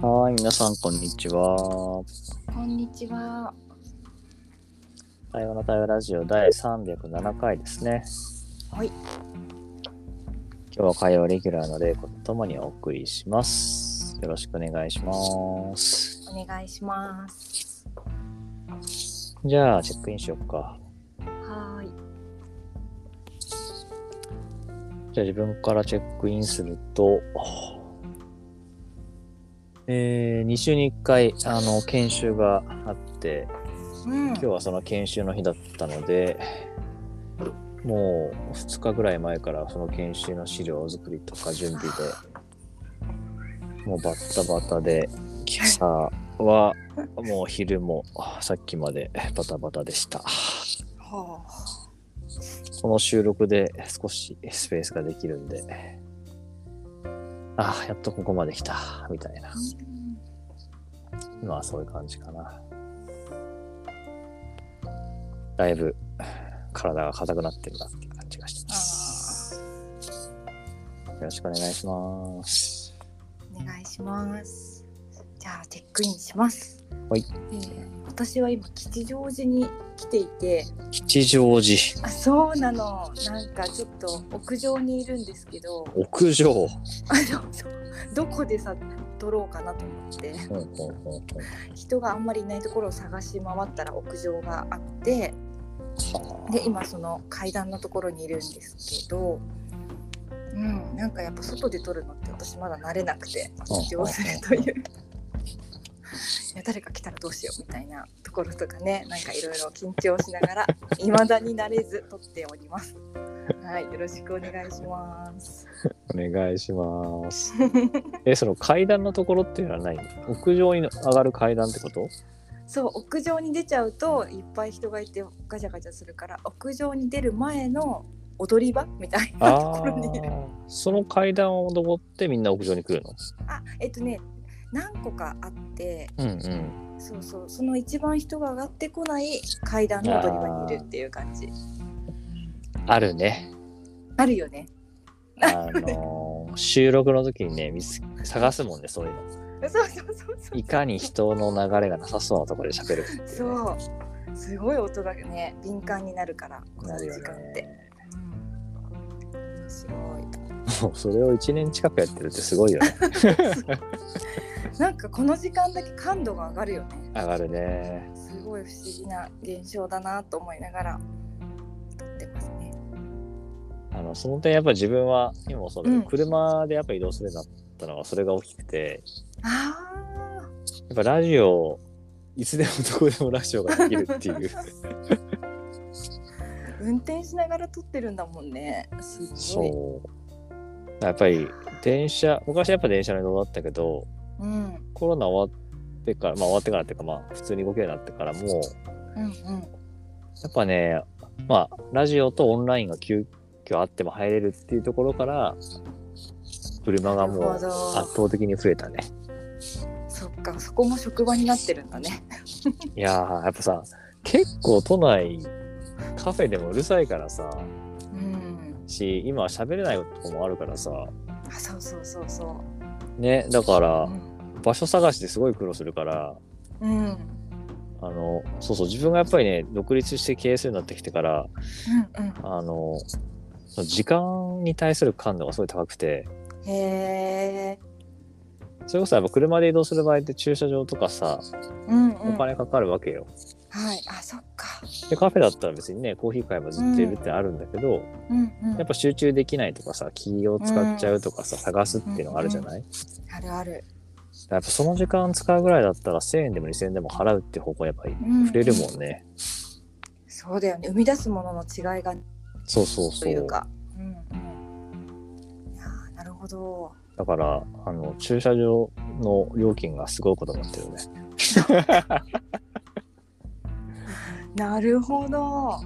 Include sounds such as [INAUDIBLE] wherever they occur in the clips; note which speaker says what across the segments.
Speaker 1: はーい、皆さん、こんにちは。
Speaker 2: こんにちは。
Speaker 1: 対話の対話ラジオ第307回ですね。
Speaker 2: はい。
Speaker 1: 今日は会話レギュラーの玲子とともにお送りします。よろしくお願いします。
Speaker 2: お願いします。
Speaker 1: じゃあ、チェックインしよっか。
Speaker 2: はーい。
Speaker 1: じゃあ、自分からチェックインすると、えー、2週に1回、あの、研修があって、
Speaker 2: うん。
Speaker 1: 今日はその研修の日だったのでもう2日ぐらい前からその研修の資料作りとか準備でもうバッタバタで今朝はもう昼もさっきまでバタバタでした
Speaker 2: は
Speaker 1: この収録で少しスペースができるんでああやっとここまで来たみたいな
Speaker 2: あうん
Speaker 1: 今はそういう感じかなだいぶ体が硬くなってるなっていう感じがしてますよろしくお願いします
Speaker 2: お願いします。じゃあチェックインします。
Speaker 1: はい。
Speaker 2: えー、私は今吉祥寺に来ていて、
Speaker 1: 吉祥寺
Speaker 2: あ、そうなの。なんかちょっと屋上にいるんですけど、
Speaker 1: 屋上
Speaker 2: あのそうどこでさ撮ろうかなと思って、
Speaker 1: ほんほんほん
Speaker 2: 人があんまりいないところを探し回ったら屋上があって、
Speaker 1: ほん
Speaker 2: で今その階段のところにいるんですけど、うん、なんかやっぱ外で撮るのって私まだ慣れなくて緊張するという [LAUGHS] いや誰か来たらどうしようみたいなところとかねなんかいろいろ緊張しながら未だに慣れず撮っております。はい、よろしくお願いします。
Speaker 1: お願いしますえその階段のところっていうのは何屋上に上がる階段ってこと
Speaker 2: そう屋上に出ちゃうといっぱい人がいてガチャガチャするから屋上に出る前の踊り場みたいなところにいる
Speaker 1: ーその階段を登ってみんな屋上に来るの
Speaker 2: あえっとね何個かあって
Speaker 1: うんうん
Speaker 2: そうそうその一番人が上がってこない階段の踊り場にいるっていう感じ
Speaker 1: あるね
Speaker 2: あるよね
Speaker 1: あのー収録の時にね見つ探すもんねそういうの
Speaker 2: そうそうそうそう
Speaker 1: いかに人の流れがなさそうなところで喋るかっていうね
Speaker 2: そうすごい音がね敏感になるからこの
Speaker 1: なるよ
Speaker 2: 時間って、
Speaker 1: ね
Speaker 2: うん、面白
Speaker 1: もうそれを1年近くやってるってすごいよね
Speaker 2: いなんかこの時間だけ感度が上がるよね
Speaker 1: 上がるね
Speaker 2: すごい不思議な現象だなと思いながら撮ってますね
Speaker 1: あのその点やっぱり自分は今もそうだけど、
Speaker 2: うん
Speaker 1: 車でやっぱ移動するようになったのはそれが大きくて
Speaker 2: あ
Speaker 1: やっぱラジオいつでもどこでもラジオができるっていう [LAUGHS]
Speaker 2: ー運転しながら撮ってるんだもんねすごい
Speaker 1: そうやっぱり電車昔やっぱ電車の移動だったけど
Speaker 2: うん
Speaker 1: コロナ終わってから、まあ終わってからっていうか、まあ普通に動けるようになってからもう、
Speaker 2: うんうん
Speaker 1: やっぱね、まあラジオとオンラインが急遽あっても入れるっていうところから、車がもう
Speaker 2: なるほ
Speaker 1: 圧
Speaker 2: ど
Speaker 1: 倒的に増えたね。
Speaker 2: そっか、そこも職場になってるんだね。
Speaker 1: いやー、やっぱさ、結構都内、カフェでもうるさいからさ、
Speaker 2: うん。
Speaker 1: し、今は喋れないこともあるからさ、
Speaker 2: あ、そうそうそうそ
Speaker 1: ね、だか
Speaker 2: う。
Speaker 1: ら
Speaker 2: う、ん。
Speaker 1: 場所探しですごい苦労するから、
Speaker 2: うん。うん
Speaker 1: あの、そうそう、自分がやっぱりね、独立して経営するようになってきてから、
Speaker 2: う
Speaker 1: あの、その時間に対する感度がすごい高くて、
Speaker 2: ん。へえ。
Speaker 1: それこそやっぱ車で移動する場合って駐車場とかさ、
Speaker 2: うん、う
Speaker 1: お
Speaker 2: ん。はい。
Speaker 1: 金かかるわけよ。
Speaker 2: あ、そっか。
Speaker 1: で、カフェだったら別にね、コーヒー買えばずっといるってあるんだけど、
Speaker 2: うんうん。
Speaker 1: やっぱ集中できないとかさ、気を使っちゃうとかさ、探すっていうのがあるじゃない、
Speaker 2: あるある。
Speaker 1: やっぱその時間使うぐらいだったら1000円でも2000円でも払うって方向やっぱり
Speaker 2: うん
Speaker 1: 触れるもんね。
Speaker 2: そうだよね。生み出すものの違いが
Speaker 1: そうそう
Speaker 2: と
Speaker 1: そ
Speaker 2: いう
Speaker 1: う。
Speaker 2: か。うんうん。いやー、なるほど。
Speaker 1: だから、あの、駐車場の料金がすごいことになってるよね。
Speaker 2: なるほど。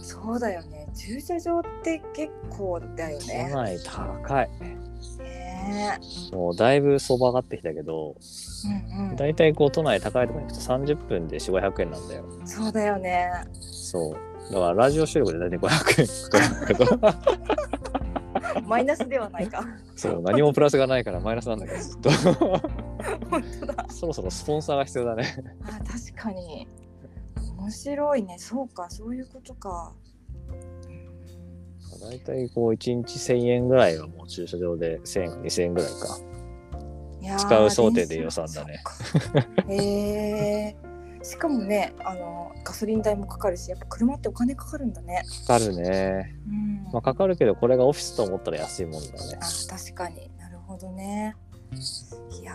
Speaker 2: そうだよね。駐車場って結構だよ
Speaker 1: 都
Speaker 2: ね。
Speaker 1: 内高い。
Speaker 2: ね
Speaker 1: もうだいぶ相場上がってきたけど、
Speaker 2: うん
Speaker 1: 大体こう都内高いところに行くと30分で4500円なんだよ
Speaker 2: うん。そうだよね。 [LAUGHS]
Speaker 1: そうだからラジオ収録で大体500円かかるんだけど
Speaker 2: もマイナスではないか。
Speaker 1: そう、何もプラスがないからマイナスなんだけど、ずっと。
Speaker 2: 本当だ。
Speaker 1: そろそろスポンサーが必要だね。
Speaker 2: あ確かに面白いねそうかそういうことか
Speaker 1: だいたいこう、1日1000円ぐらいはもう駐車場で1000円か2000円ぐらいか。
Speaker 2: いやー
Speaker 1: 使う想定で予算だね
Speaker 2: そっかへえしかもねあのガソリン代もかかるしやっぱ車ってお金かかるんだね
Speaker 1: かかるね。
Speaker 2: うん、
Speaker 1: まあ、かかるけど、これがオフィスと思ったら安いもんだね
Speaker 2: あ。確かになるほどねいや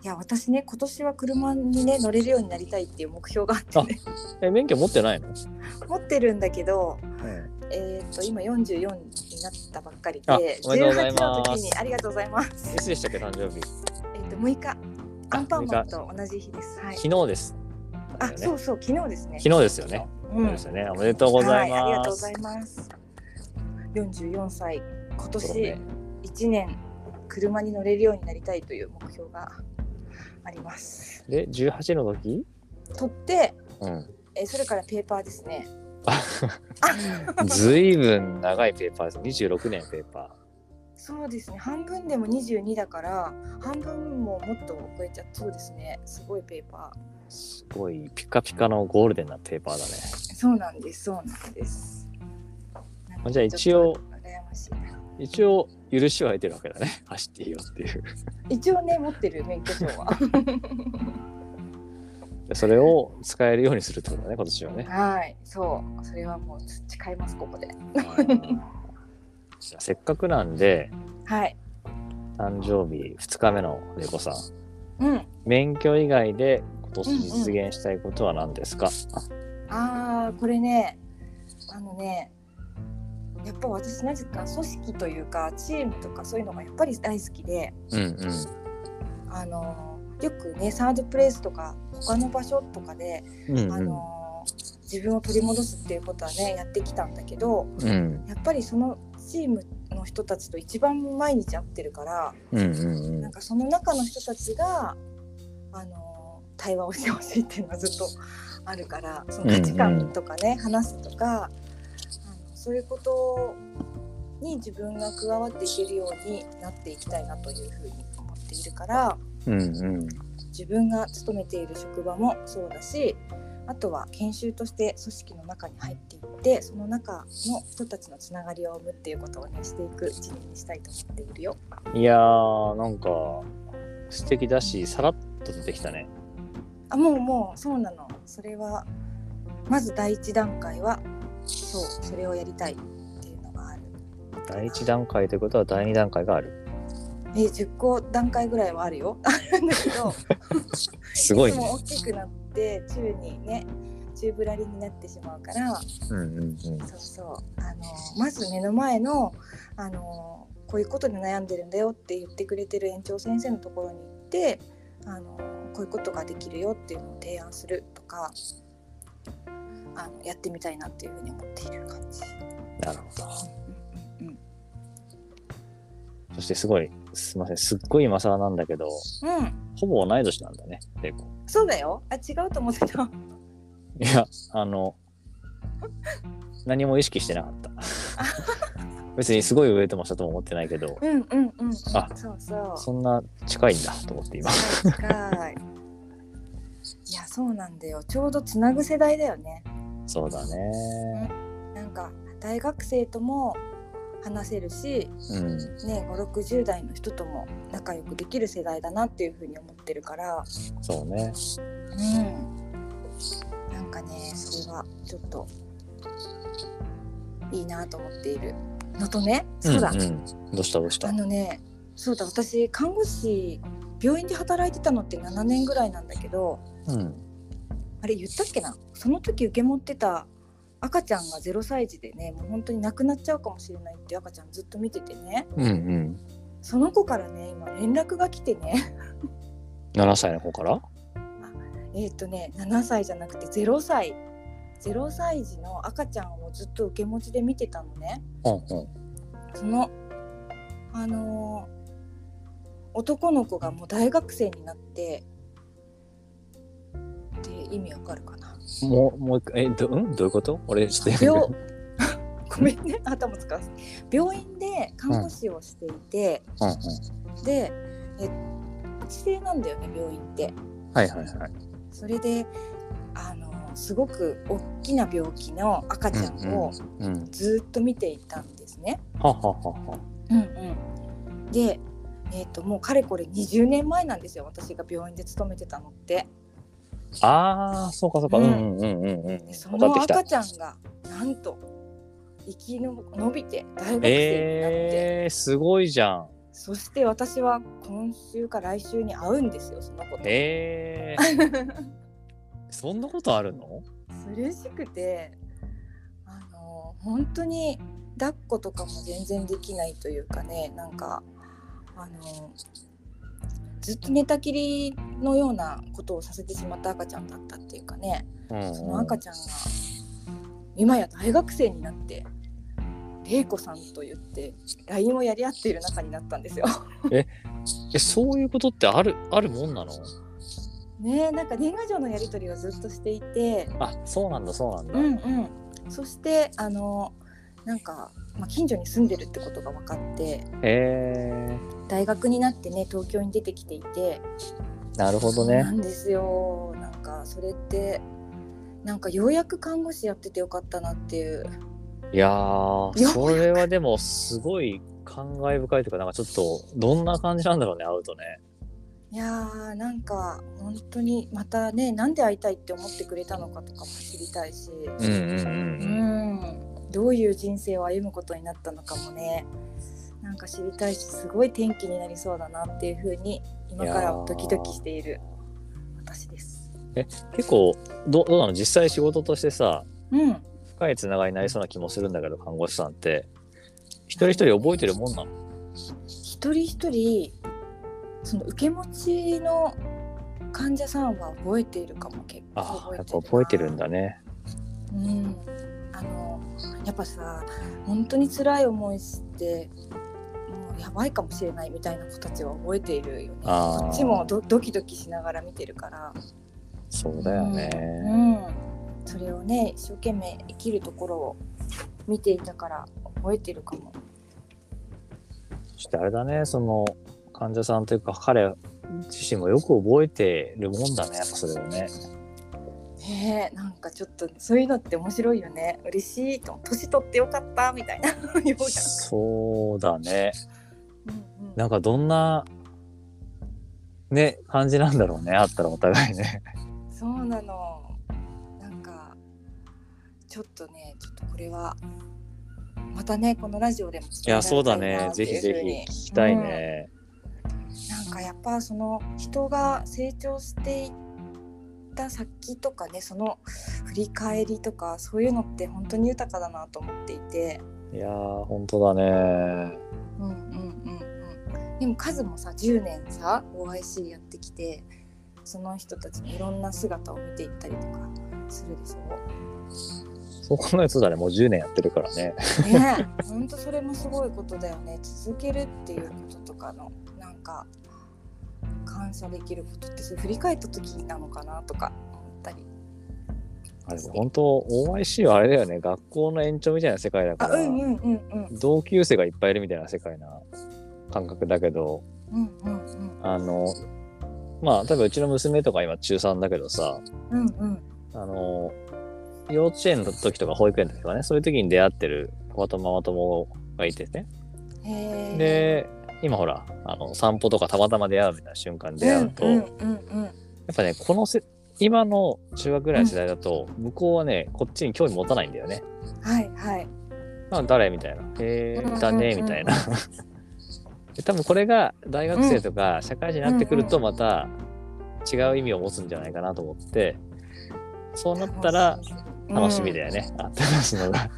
Speaker 2: ーいや私ね今年は車にね乗れるようになりたいっていう目標があって、ね、
Speaker 1: え、免許持ってないの、
Speaker 2: 持ってるんだけど
Speaker 1: うん、
Speaker 2: えっ、と今44になったばっかり
Speaker 1: あ
Speaker 2: で
Speaker 1: おめでとうござい
Speaker 2: 18の
Speaker 1: ます
Speaker 2: 時にありがとうございます
Speaker 1: いつでしたっけ、誕生日。
Speaker 2: えっ、と6日アンパンマンと同じ日ですはい
Speaker 1: 昨日です。だ
Speaker 2: あ
Speaker 1: よね
Speaker 2: そうそう昨日ですね
Speaker 1: 昨日ですよね。
Speaker 2: うん
Speaker 1: そうですよね。おめでとうございます。
Speaker 2: はい、ありがとうございます44歳今
Speaker 1: そうね
Speaker 2: 年1年車に乗れるようになりたいという目標があります
Speaker 1: で、18の時
Speaker 2: とって [LAUGHS]
Speaker 1: うん。
Speaker 2: えーそれからペーパーですね
Speaker 1: ずいぶん長いペーパーです。26年ペーパー。
Speaker 2: そうですね半分でも22だから半分ももっと超えちゃそうですねすごいペーパー
Speaker 1: すごいピカピカのゴールデンなペーパーだね。
Speaker 2: そうなんです、そうなんです。なんか
Speaker 1: じゃあ一応
Speaker 2: ちょっと羨ましいな
Speaker 1: 一応、許しは得てるわけだね。 [LAUGHS] 走っていいよっていう。
Speaker 2: 一応ね、持ってる免許証は。
Speaker 1: [LAUGHS] でそれを使えるようにするってことだね、今年はね。
Speaker 2: はい、そう、それはもう誓います、ここで。
Speaker 1: じゃあせっかくなんで、
Speaker 2: はい、
Speaker 1: 誕生日2日目のレコさん、
Speaker 2: うん、
Speaker 1: 免許以外で今年実現したいことは何ですか、
Speaker 2: ああ、これね、あのね。やっぱ私なぜか組織というかチームとかそういうのがやっぱり大好きで
Speaker 1: うん、うん
Speaker 2: あのよくねサードプレイスとか他の場所とかで、
Speaker 1: うん。うん
Speaker 2: あの自分を取り戻すっていうことはねやってきたんだけど、
Speaker 1: うん
Speaker 2: やっぱりそのチームの人たちと一番毎日会ってるから、
Speaker 1: うんうんう
Speaker 2: なん
Speaker 1: ん
Speaker 2: かその中の人たちがあの対話をしてほしいっていうのはずっとあるからその価値観とかね、話すとかあのそういうことに自分が加わっていけるようになっていきたいなというふうに思っているから
Speaker 1: うんうん
Speaker 2: 自分が勤めている職場もそうだしあとは研修として組織の中に入っていってその中の人たちのつながりを生むっていうことをねしていく一年にしたいと思っているよ。
Speaker 1: いやーなんか素敵だしさらっと出てきたね
Speaker 2: あもうもうそうなのそれはまず第一段階はそうそれをやりたいっていうのがある
Speaker 1: 第一段階ということは第二段階がある
Speaker 2: え10個段階ぐらいはあるよ [LAUGHS] あるんだけど
Speaker 1: [LAUGHS] すごい
Speaker 2: つも
Speaker 1: ね
Speaker 2: 大きくなって宙にね宙ぶらりんになってしまうから
Speaker 1: うんうん
Speaker 2: そうそうあのまず目の前のあのこういうことで悩んでるんだよって言ってくれてる園長先生のところに行ってあのこういうことができるよっていうのを提案するとかあのやってみたいなっていうふうに思っている感じ。
Speaker 1: うんなるほど
Speaker 2: うんうん
Speaker 1: そしてすごいすいませんすっごい今更なんだけど
Speaker 2: うん、うん
Speaker 1: ほぼ同い年なんだねレコ
Speaker 2: そうだよあ違うと思ってた
Speaker 1: いやあの何も意識してなか
Speaker 2: [LAUGHS]
Speaker 1: った別にすごい上とも下とも思ってないけど
Speaker 2: うんうんうん
Speaker 1: あ
Speaker 2: そうそう
Speaker 1: そんな近いんだと思って今
Speaker 2: 近い近いいやそうなんだよちょうどつなぐ世代だよね
Speaker 1: そうだね
Speaker 2: なんか大学生とも話せるし、
Speaker 1: うん
Speaker 2: ね、560代の人とも仲良くできる世代だなっていうふうに思ってるから、
Speaker 1: そうね
Speaker 2: うん、なんかねそれはちょっといいなと思っているのとねそうだ、
Speaker 1: んんどうしたどうした
Speaker 2: あのねそうだ私看護師病院で働いてたのって7年ぐらいなんだけど
Speaker 1: うん
Speaker 2: あれ言ったっけなその時受け持ってた赤ちゃんが0歳児でねもう本当に亡くなっちゃうかもしれないっていう赤ちゃんずっと見ててね
Speaker 1: うんうん
Speaker 2: その子からね今連絡が来てね [LAUGHS]
Speaker 1: 7歳の子から
Speaker 2: えっとね7歳じゃなくて0歳0歳児の赤ちゃんをずっと受け持ちで見てたのね
Speaker 1: うんうん
Speaker 2: そのあのー男の子がもう大学生になってって意味わかるかな
Speaker 1: [LAUGHS] もう、もう一回、え、ど、うんどういうこと俺、ちょっと
Speaker 2: 病
Speaker 1: 今
Speaker 2: ごめんね頭使わせて病院で看護師をしていて、
Speaker 1: うんうん。
Speaker 2: でえ一斉なんだよね病院って。
Speaker 1: はいはいはい。
Speaker 2: それであのすごく大きな病気の赤ちゃんを
Speaker 1: うん。
Speaker 2: ずっと見ていたんですね。
Speaker 1: はははは。
Speaker 2: うんうん、で、えー、ともうかれこれ20年前なんですよ私が病院で勤めてたのって。
Speaker 1: ああ、そうかそうか。う
Speaker 2: うん
Speaker 1: んうんうんうん。
Speaker 2: でそ
Speaker 1: 分かっ
Speaker 2: の
Speaker 1: てきた
Speaker 2: 赤。ちゃんがなんと生きの伸びて大学生になって、
Speaker 1: えー、すごいじゃん。
Speaker 2: そして私は今週か来週に会うんですよその子と。 [LAUGHS]
Speaker 1: えー。そんなことあるの
Speaker 2: 嬉しくてあの本当に抱っことかも全然できないというかねなんかあのずっと寝たきりのようなことをさせてしまった赤ちゃんだったっていうかね
Speaker 1: うんうん
Speaker 2: その赤ちゃんが今や大学生になって玲子さんと言って LINE をやり合っている仲になったんですよ。
Speaker 1: え、そういうことってある、あるもんなの
Speaker 2: ねえなんか年賀状のやり取りをずっとしていて
Speaker 1: あ、そうなんだそうなんだ。
Speaker 2: うんうん、そしてあのなんか、まあ、近所に住んでるってことが分かって
Speaker 1: え
Speaker 2: 大学になってね東京に出てきていて
Speaker 1: ー、なるほど
Speaker 2: な
Speaker 1: ね。
Speaker 2: んですよなんかそれってなんかようやく看護師やっててよかったなっていう
Speaker 1: いやー、
Speaker 2: よ
Speaker 1: それはでもすごい感慨深いというか、なんかちょっと、どんな感じなんだろうね、会うとね。
Speaker 2: いやーなんか本当にまたねなんで会いたいって思ってくれたのかとかも知りたいし、
Speaker 1: うんうん
Speaker 2: う
Speaker 1: うん。
Speaker 2: ん、どういう人生を歩むことになったのかもねなんか知りたいしすごい転機になりそうだなっていうふうに今からドキドキしている私です。
Speaker 1: 結構、どどうなの実際仕事としてさ、
Speaker 2: うん、
Speaker 1: 深いつながりになりそうな気もするんだけど、看護師さんって。一人一人覚えてるもんなの
Speaker 2: 一人一人その受け持ちの患者さんは覚えているかも結構
Speaker 1: ああ、
Speaker 2: 覚えてるな
Speaker 1: やっぱ覚えてるんだね。
Speaker 2: うん、あのやっぱさ本当に辛い思いしてもうやばいかもしれないみたいな子たちは覚えているよね
Speaker 1: あー
Speaker 2: こっちもドドキドキしながら見てるから
Speaker 1: そうだよね。
Speaker 2: うんうんそれをね一生懸命生きるところを見ていたから覚えてるかも
Speaker 1: そしてあれだね、その、患者さんというか、彼自身もよく覚えてるもんだね、やっぱそれをね。
Speaker 2: ねえなんかちょっとそういうのって面白いよね嬉しいと年取ってよかったみたいな [LAUGHS] ようやく
Speaker 1: そうだね。
Speaker 2: うんうん
Speaker 1: なんかどんな、ね、感じなんだろうね。あったらお互い
Speaker 2: [LAUGHS]
Speaker 1: ね。
Speaker 2: そうなの。なんかちょっとね、ちょっとこれはまたねこのラジオでも
Speaker 1: いや、そうだね。ぜひぜひ聞きたい、ね。
Speaker 2: 伝えられたらなっていうふうにうんなんかやっぱその人が成長していった先とかね、その振り返りとかそういうのって本当に豊かだなと思っていて、
Speaker 1: いやー、本当だね。
Speaker 2: うんうんうんうん。でもカズもさ10年さ OIC やってきてその人たちのいろんな姿を見ていったりとかするでしょ
Speaker 1: そう考えるとそうだね。もう10年やってるからね。
Speaker 2: ねえほんとそれもすごいことだよね続けるっていうこととかのなんか感謝できることってそれ振り返った時なのかなとか思ったり
Speaker 1: あれ、本当 OIC はあれだよね。学校の延長みたいな世界だ
Speaker 2: あ
Speaker 1: か
Speaker 2: う
Speaker 1: ら、
Speaker 2: んうんうんうん
Speaker 1: 同級生がいっぱいいるみたいな世界な感覚だけど、
Speaker 2: うんうんうん
Speaker 1: あの、まあ、例えばうちの娘とか今中3だけどさ、
Speaker 2: うんうん
Speaker 1: あの、幼稚園の時とか保育園の時とかね、そういう時に出会ってるパパとママ友がいてね。
Speaker 2: へえ
Speaker 1: で、今ほら、あの、散歩とかたまたま出会うみたいな瞬間に出会うと、
Speaker 2: うんうん
Speaker 1: や
Speaker 2: うんうん
Speaker 1: っぱね、このせ、今の中学ぐらいの世代だと、向こうはね、こっちに興味持たないんだよね。
Speaker 2: はいはい
Speaker 1: あ、誰みたいな。へ
Speaker 2: うんうんう
Speaker 1: え、
Speaker 2: ん
Speaker 1: だね、みたいな。 [LAUGHS] で多分これが大学生とか社会人になってくるとまた違う意味を持つんじゃないかなと思って、そうなったら楽しみだよね、あって話すのが。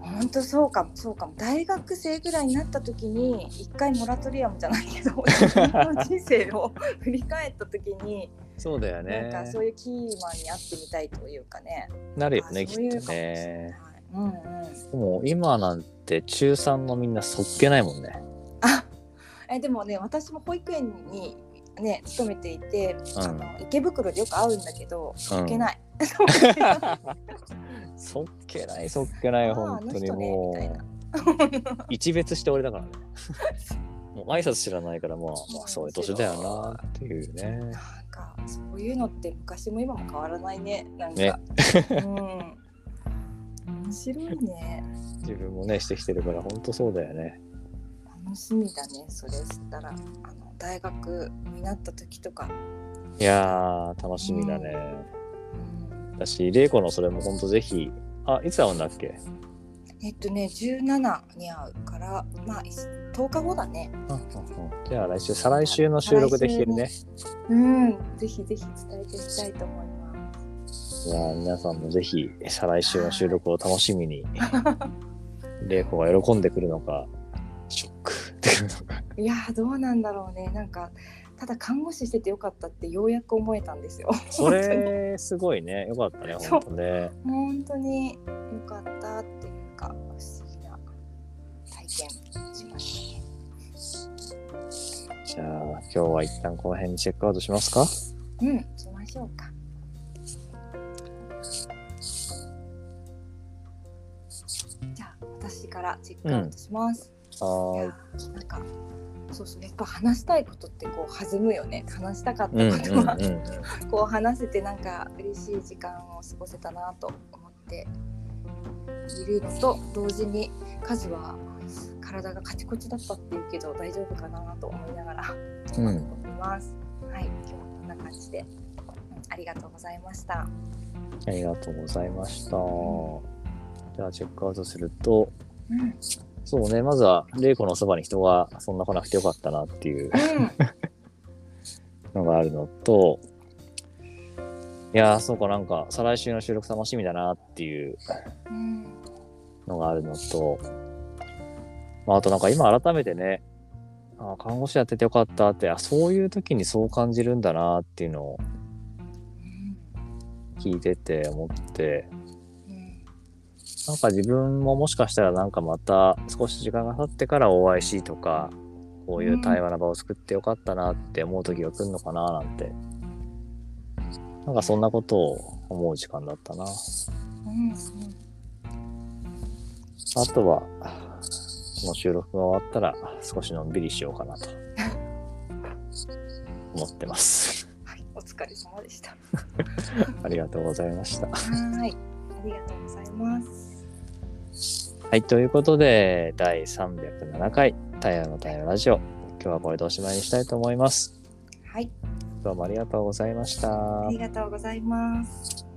Speaker 2: 本当そうかもそうかも大学生ぐらいになった時に一回モラトリアムじゃないけど自分の人生を [LAUGHS] 振り返った時に
Speaker 1: [LAUGHS] そうだよね。
Speaker 2: なんかそういうキーマンに会ってみたいというかね。
Speaker 1: なるよ
Speaker 2: あ
Speaker 1: ね、き
Speaker 2: そういう
Speaker 1: っと
Speaker 2: かもしれ
Speaker 1: ね。
Speaker 2: ないうんうん。
Speaker 1: もう今なんて中3のみんなそっけないもんね。
Speaker 2: あ、えでもね、私も保育園にね勤めていて、
Speaker 1: うん
Speaker 2: あの池袋でよく会うんだけど
Speaker 1: うん
Speaker 2: 行けない、
Speaker 1: そっけないそっけない
Speaker 2: あー
Speaker 1: 本当に
Speaker 2: あの人ね
Speaker 1: も
Speaker 2: みたいう
Speaker 1: [LAUGHS] 一別して俺だ
Speaker 2: [LAUGHS]
Speaker 1: からねもう挨拶知らないからまあまあそういう年だよなっていうね
Speaker 2: なんかそういうのって昔も今も変わらないねなんか、
Speaker 1: ね
Speaker 2: うん面白いね
Speaker 1: 自分もねしてきてるから本当そうだよね
Speaker 2: 楽しみだねそれしたらあの大学になった時とか、
Speaker 1: いやー楽しみだね、
Speaker 2: うん
Speaker 1: だし玲子のそれも本当ぜひあいつ会うんだっけ
Speaker 2: えっとね17に会うからまあい10日後だね
Speaker 1: じゃあ来週再来週の収録で聞けるね
Speaker 2: うんぜひぜひ伝えていきたいと思いま
Speaker 1: いやー皆さんもぜひ再来週の収録を楽しみ
Speaker 2: [LAUGHS]
Speaker 1: に玲子が喜んでくるのかショックってくるのか
Speaker 2: すいやーどうなんだろうねなんかただ看護師しててよかったってようやく思えたんですよ
Speaker 1: それすごいねよかったね本当ね
Speaker 2: [LAUGHS] 本当に良かったっていうか不思議な体験しまし
Speaker 1: じゃあ今日は一旦この辺にチェックアウトしますか
Speaker 2: たね。うん、しましょうか。じゃあ私からチェックアウトします。い
Speaker 1: は
Speaker 2: やーなんかそうそうやっぱ話したいことってこう弾むよね。話したかっ
Speaker 1: ーい
Speaker 2: たこと
Speaker 1: う
Speaker 2: は、
Speaker 1: んうんうん
Speaker 2: こう話せてなんか嬉しい時間を過ごせたなと思っているのと同時に家事は体がカチコチだったっていうけど大丈夫かなと思いながら
Speaker 1: うん
Speaker 2: 思います。はい、今日はこんな感じで、うんありがとうございました。
Speaker 1: ありがとうございましたじゃあチェックアウトすると
Speaker 2: うん、うん、
Speaker 1: そうねまずは玲子のそばに人がそんな来なくてよかったなっていうのがあるのと、いやー、そうか、なんか、再来週の収録楽しみだなっていう
Speaker 2: うん、
Speaker 1: のがあるのと、まあ、あとなんか今改めてね、あー看護師やっててよかったって、あ、そういう時にそう感じるんだなっていうのを聞いてて思って、
Speaker 2: うん、
Speaker 1: なんか自分ももしかしたらなんかまた少し時間が経ってから OIC とか、こういう対話の場を作ってよかったなって思う時が来るのかななんて、なんかそんなことを思う時間だったな。
Speaker 2: うん、うん、
Speaker 1: あとは、この収録が終わったら少しのんびりしようかなと思ってます。
Speaker 2: はい、お疲れ様でした。は
Speaker 1: ありがとうございました。
Speaker 2: ーい、ありがとうございます。
Speaker 1: はい、ということで、第307回、太陽の太陽ラジオ、今日はこれでおしまいにしたいと思います。
Speaker 2: はい、
Speaker 1: どうもありがとうございました。
Speaker 2: ありがとうございます。